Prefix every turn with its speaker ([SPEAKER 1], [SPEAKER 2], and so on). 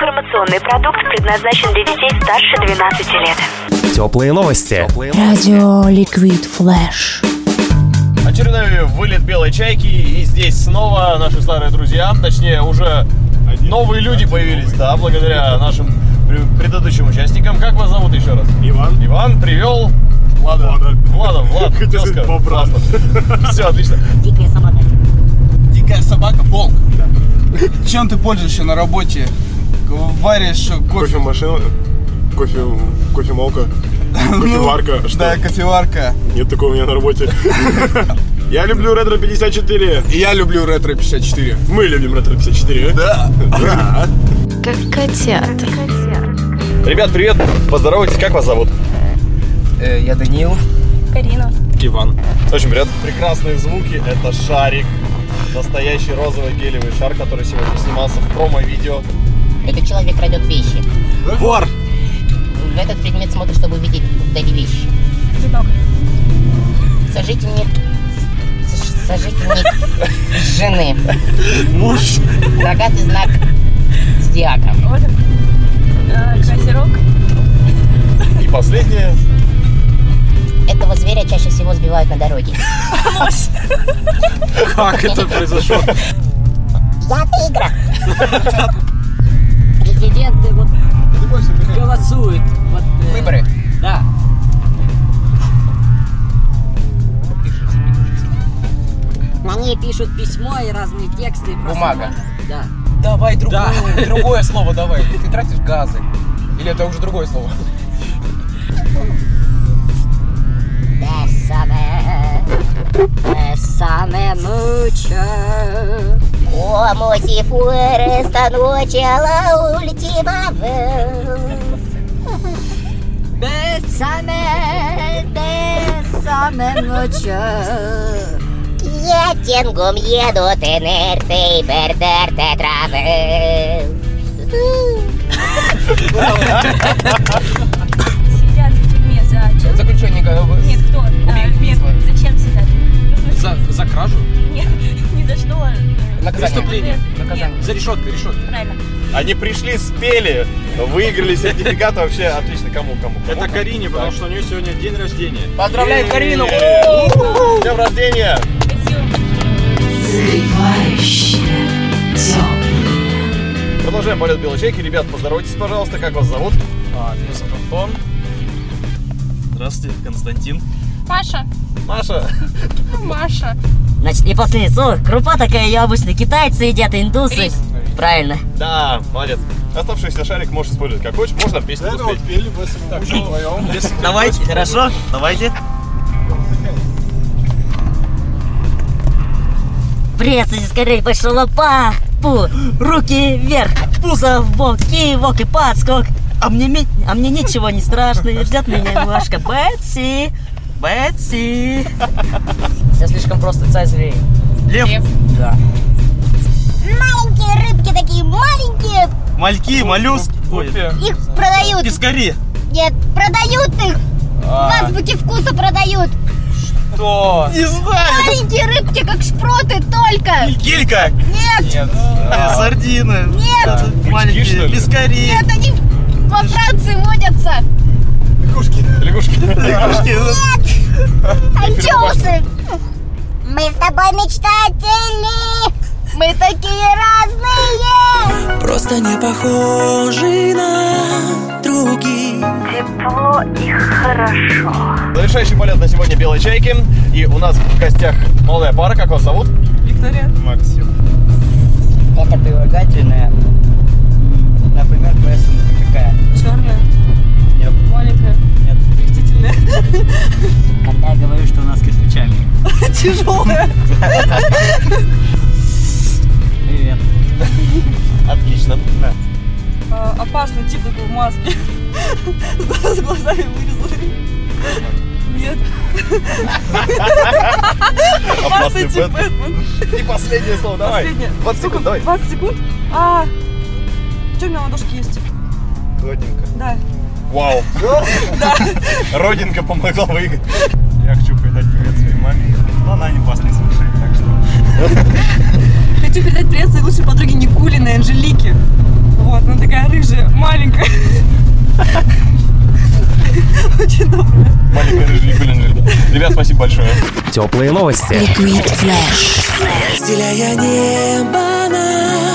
[SPEAKER 1] Информационный продукт предназначен для детей старше 12 лет.
[SPEAKER 2] Теплые новости.
[SPEAKER 3] Радио Ликвид Флэш.
[SPEAKER 4] Очередной вылет белой чайки, и здесь снова наши старые друзья, точнее уже новые люди появились, да, благодаря нашим пре- предыдущим участникам. Как вас зовут еще раз?
[SPEAKER 5] Иван.
[SPEAKER 4] Иван привел Влада.
[SPEAKER 5] Влада.
[SPEAKER 4] Влада, Влад,
[SPEAKER 5] Хотел
[SPEAKER 4] тезка.
[SPEAKER 5] сказать, Бобра.
[SPEAKER 4] Классно. Все, отлично.
[SPEAKER 6] Дикая собака.
[SPEAKER 7] Дикая собака, волк. Чем ты пользуешься на работе? Варишь кофе,
[SPEAKER 5] Кофемашина, кофе, кофемолка,
[SPEAKER 4] Ну,
[SPEAKER 5] кофеварка. Что?
[SPEAKER 7] да, кофеварка.
[SPEAKER 5] Нет такого у меня на работе. Я люблю Ретро 54.
[SPEAKER 7] И я люблю ретро 54.
[SPEAKER 5] Мы любим Ретро 54.
[SPEAKER 7] Да.
[SPEAKER 5] Да.
[SPEAKER 8] Как котят.
[SPEAKER 4] Ребят, привет, поздоровайтесь, как вас зовут?
[SPEAKER 7] Э, я Даниил.
[SPEAKER 6] Карина.
[SPEAKER 4] Иван. Очень приятно. Прекрасные звуки, это шарик. Настоящий розовый гелевый шар, который сегодня снимался в промо-видео.
[SPEAKER 9] Этот человек крадет вещи.
[SPEAKER 4] Вор!
[SPEAKER 9] В этот предмет смотрит, чтобы увидеть, куда эти вещи. Сожительник... с- Сожительник жены.
[SPEAKER 4] Муж!
[SPEAKER 9] Рогатый знак зодиака.
[SPEAKER 6] Козерог.
[SPEAKER 4] И последнее.
[SPEAKER 9] Этого зверя чаще всего сбивают на дороге.
[SPEAKER 4] Как это произошло?
[SPEAKER 9] Я выиграл.
[SPEAKER 6] Президенты вот голосуют. Вот, э,
[SPEAKER 7] Выборы.
[SPEAKER 6] Да. На ней пишут письмо и разные тексты. Просто
[SPEAKER 7] Бумага.
[SPEAKER 6] много. Да.
[SPEAKER 7] Давай другое, другое слово давай. Ты тратишь газы. Или это уже другое слово?
[SPEAKER 9] Бессане, бессане мучо. Como si fuera esta noche la última vez. Bésame, bésame mucho. Я tengo miedo tenerte y perderte otra vez.
[SPEAKER 6] Сидят в тюрьме за чем?
[SPEAKER 7] Заключенника.
[SPEAKER 6] Нет, кто? А, нет, зачем сидят?
[SPEAKER 7] ну За, за кражу?
[SPEAKER 6] Нет, ни за что.
[SPEAKER 7] Преступление.
[SPEAKER 6] Наказание.
[SPEAKER 7] За решеткой, решеткой.
[SPEAKER 6] Правильно.
[SPEAKER 4] Они пришли, спели, выиграли сертификат вообще отлично. Кому, кому? кому
[SPEAKER 5] Это
[SPEAKER 4] кому.
[SPEAKER 5] Карине, потому
[SPEAKER 4] Да.
[SPEAKER 5] что у нее сегодня день рождения.
[SPEAKER 7] Поздравляю Карину.
[SPEAKER 4] С днем рождения! Продолжаем полет белой чайки. Ребят, поздоровайтесь, пожалуйста. Как вас А, зовут?
[SPEAKER 7] Философ Антон.
[SPEAKER 4] Здравствуйте, Константин.
[SPEAKER 8] Паша,
[SPEAKER 4] Маша.
[SPEAKER 8] Маша.
[SPEAKER 6] Значит, и после слов крупа такая ее обычно китайцы едят, индусы. Правильно.
[SPEAKER 4] Да, молодец. Оставшийся шарик можешь использовать как хочешь, можно песню
[SPEAKER 5] Это
[SPEAKER 4] успеть.
[SPEAKER 5] вот пели бы с- так, вдвоем.
[SPEAKER 6] Давайте, хорошо? Давайте. Привет, здесь скорее большой лопа. Пу, руки вверх, пузо в бок, кивок и подскок. А мне, ми- а мне ничего не страшно, и ждет меня милашка Бетси. Бетси. Все слишком просто, царь зверей.
[SPEAKER 9] Маленькие рыбки такие маленькие.
[SPEAKER 4] Мальки, моллюски.
[SPEAKER 9] Их продают.
[SPEAKER 4] Дискари.
[SPEAKER 9] Нет, продают их. В азбуке вкуса продают.
[SPEAKER 7] Кто?
[SPEAKER 9] Маленькие рыбки, как шпроты, только.
[SPEAKER 4] Гилька.
[SPEAKER 7] Нет. А.
[SPEAKER 4] Сардины.
[SPEAKER 9] Нет,
[SPEAKER 4] Маленькие пескари.
[SPEAKER 9] нет, они во Франции водятся.
[SPEAKER 4] Лягушки. Лягушки.
[SPEAKER 9] Антёсы. Мы с тобой мечтатели. Мы такие разные.
[SPEAKER 10] Просто не похожи на других.
[SPEAKER 1] Тепло и хорошо.
[SPEAKER 4] Завершающий полет на сегодня белой чайки. И у нас в гостях молодая пара. Как вас зовут?
[SPEAKER 7] Максим.
[SPEAKER 6] Это прилагательное. Например, Бессон какая? Черная.
[SPEAKER 7] Нет.
[SPEAKER 6] Маленькая.
[SPEAKER 7] Нет.
[SPEAKER 6] Вместительная. Когда я говорю, что у нас кирпичами. Тяжелая.
[SPEAKER 7] Привет.
[SPEAKER 4] Отлично.
[SPEAKER 6] Опасный тип такой в маске. С глазами вырезанными. Нет,
[SPEAKER 4] Опасный
[SPEAKER 6] опасный тип
[SPEAKER 4] Бэтмен.
[SPEAKER 6] Бэтмен.
[SPEAKER 4] И последнее слово, давай.
[SPEAKER 6] Последнее.
[SPEAKER 4] 20 секунд,
[SPEAKER 6] Сколько?
[SPEAKER 4] давай.
[SPEAKER 6] 20 секунд. А, что у меня ладошки есть?
[SPEAKER 4] Родинка.
[SPEAKER 6] Да.
[SPEAKER 4] Вау. Родинка помогла выиграть.
[SPEAKER 5] Я хочу передать привет своей маме, но она не вас не слушает, так что...
[SPEAKER 6] Хочу передать привет своей лучшей подруге Никулиной Анжелике. Вот, она такая рыжая,
[SPEAKER 4] Маленькая рыжая блин. Ребят, спасибо большое.
[SPEAKER 2] Теплые новости.
[SPEAKER 3] Liquid Flash.
[SPEAKER 10] Разделяя небо на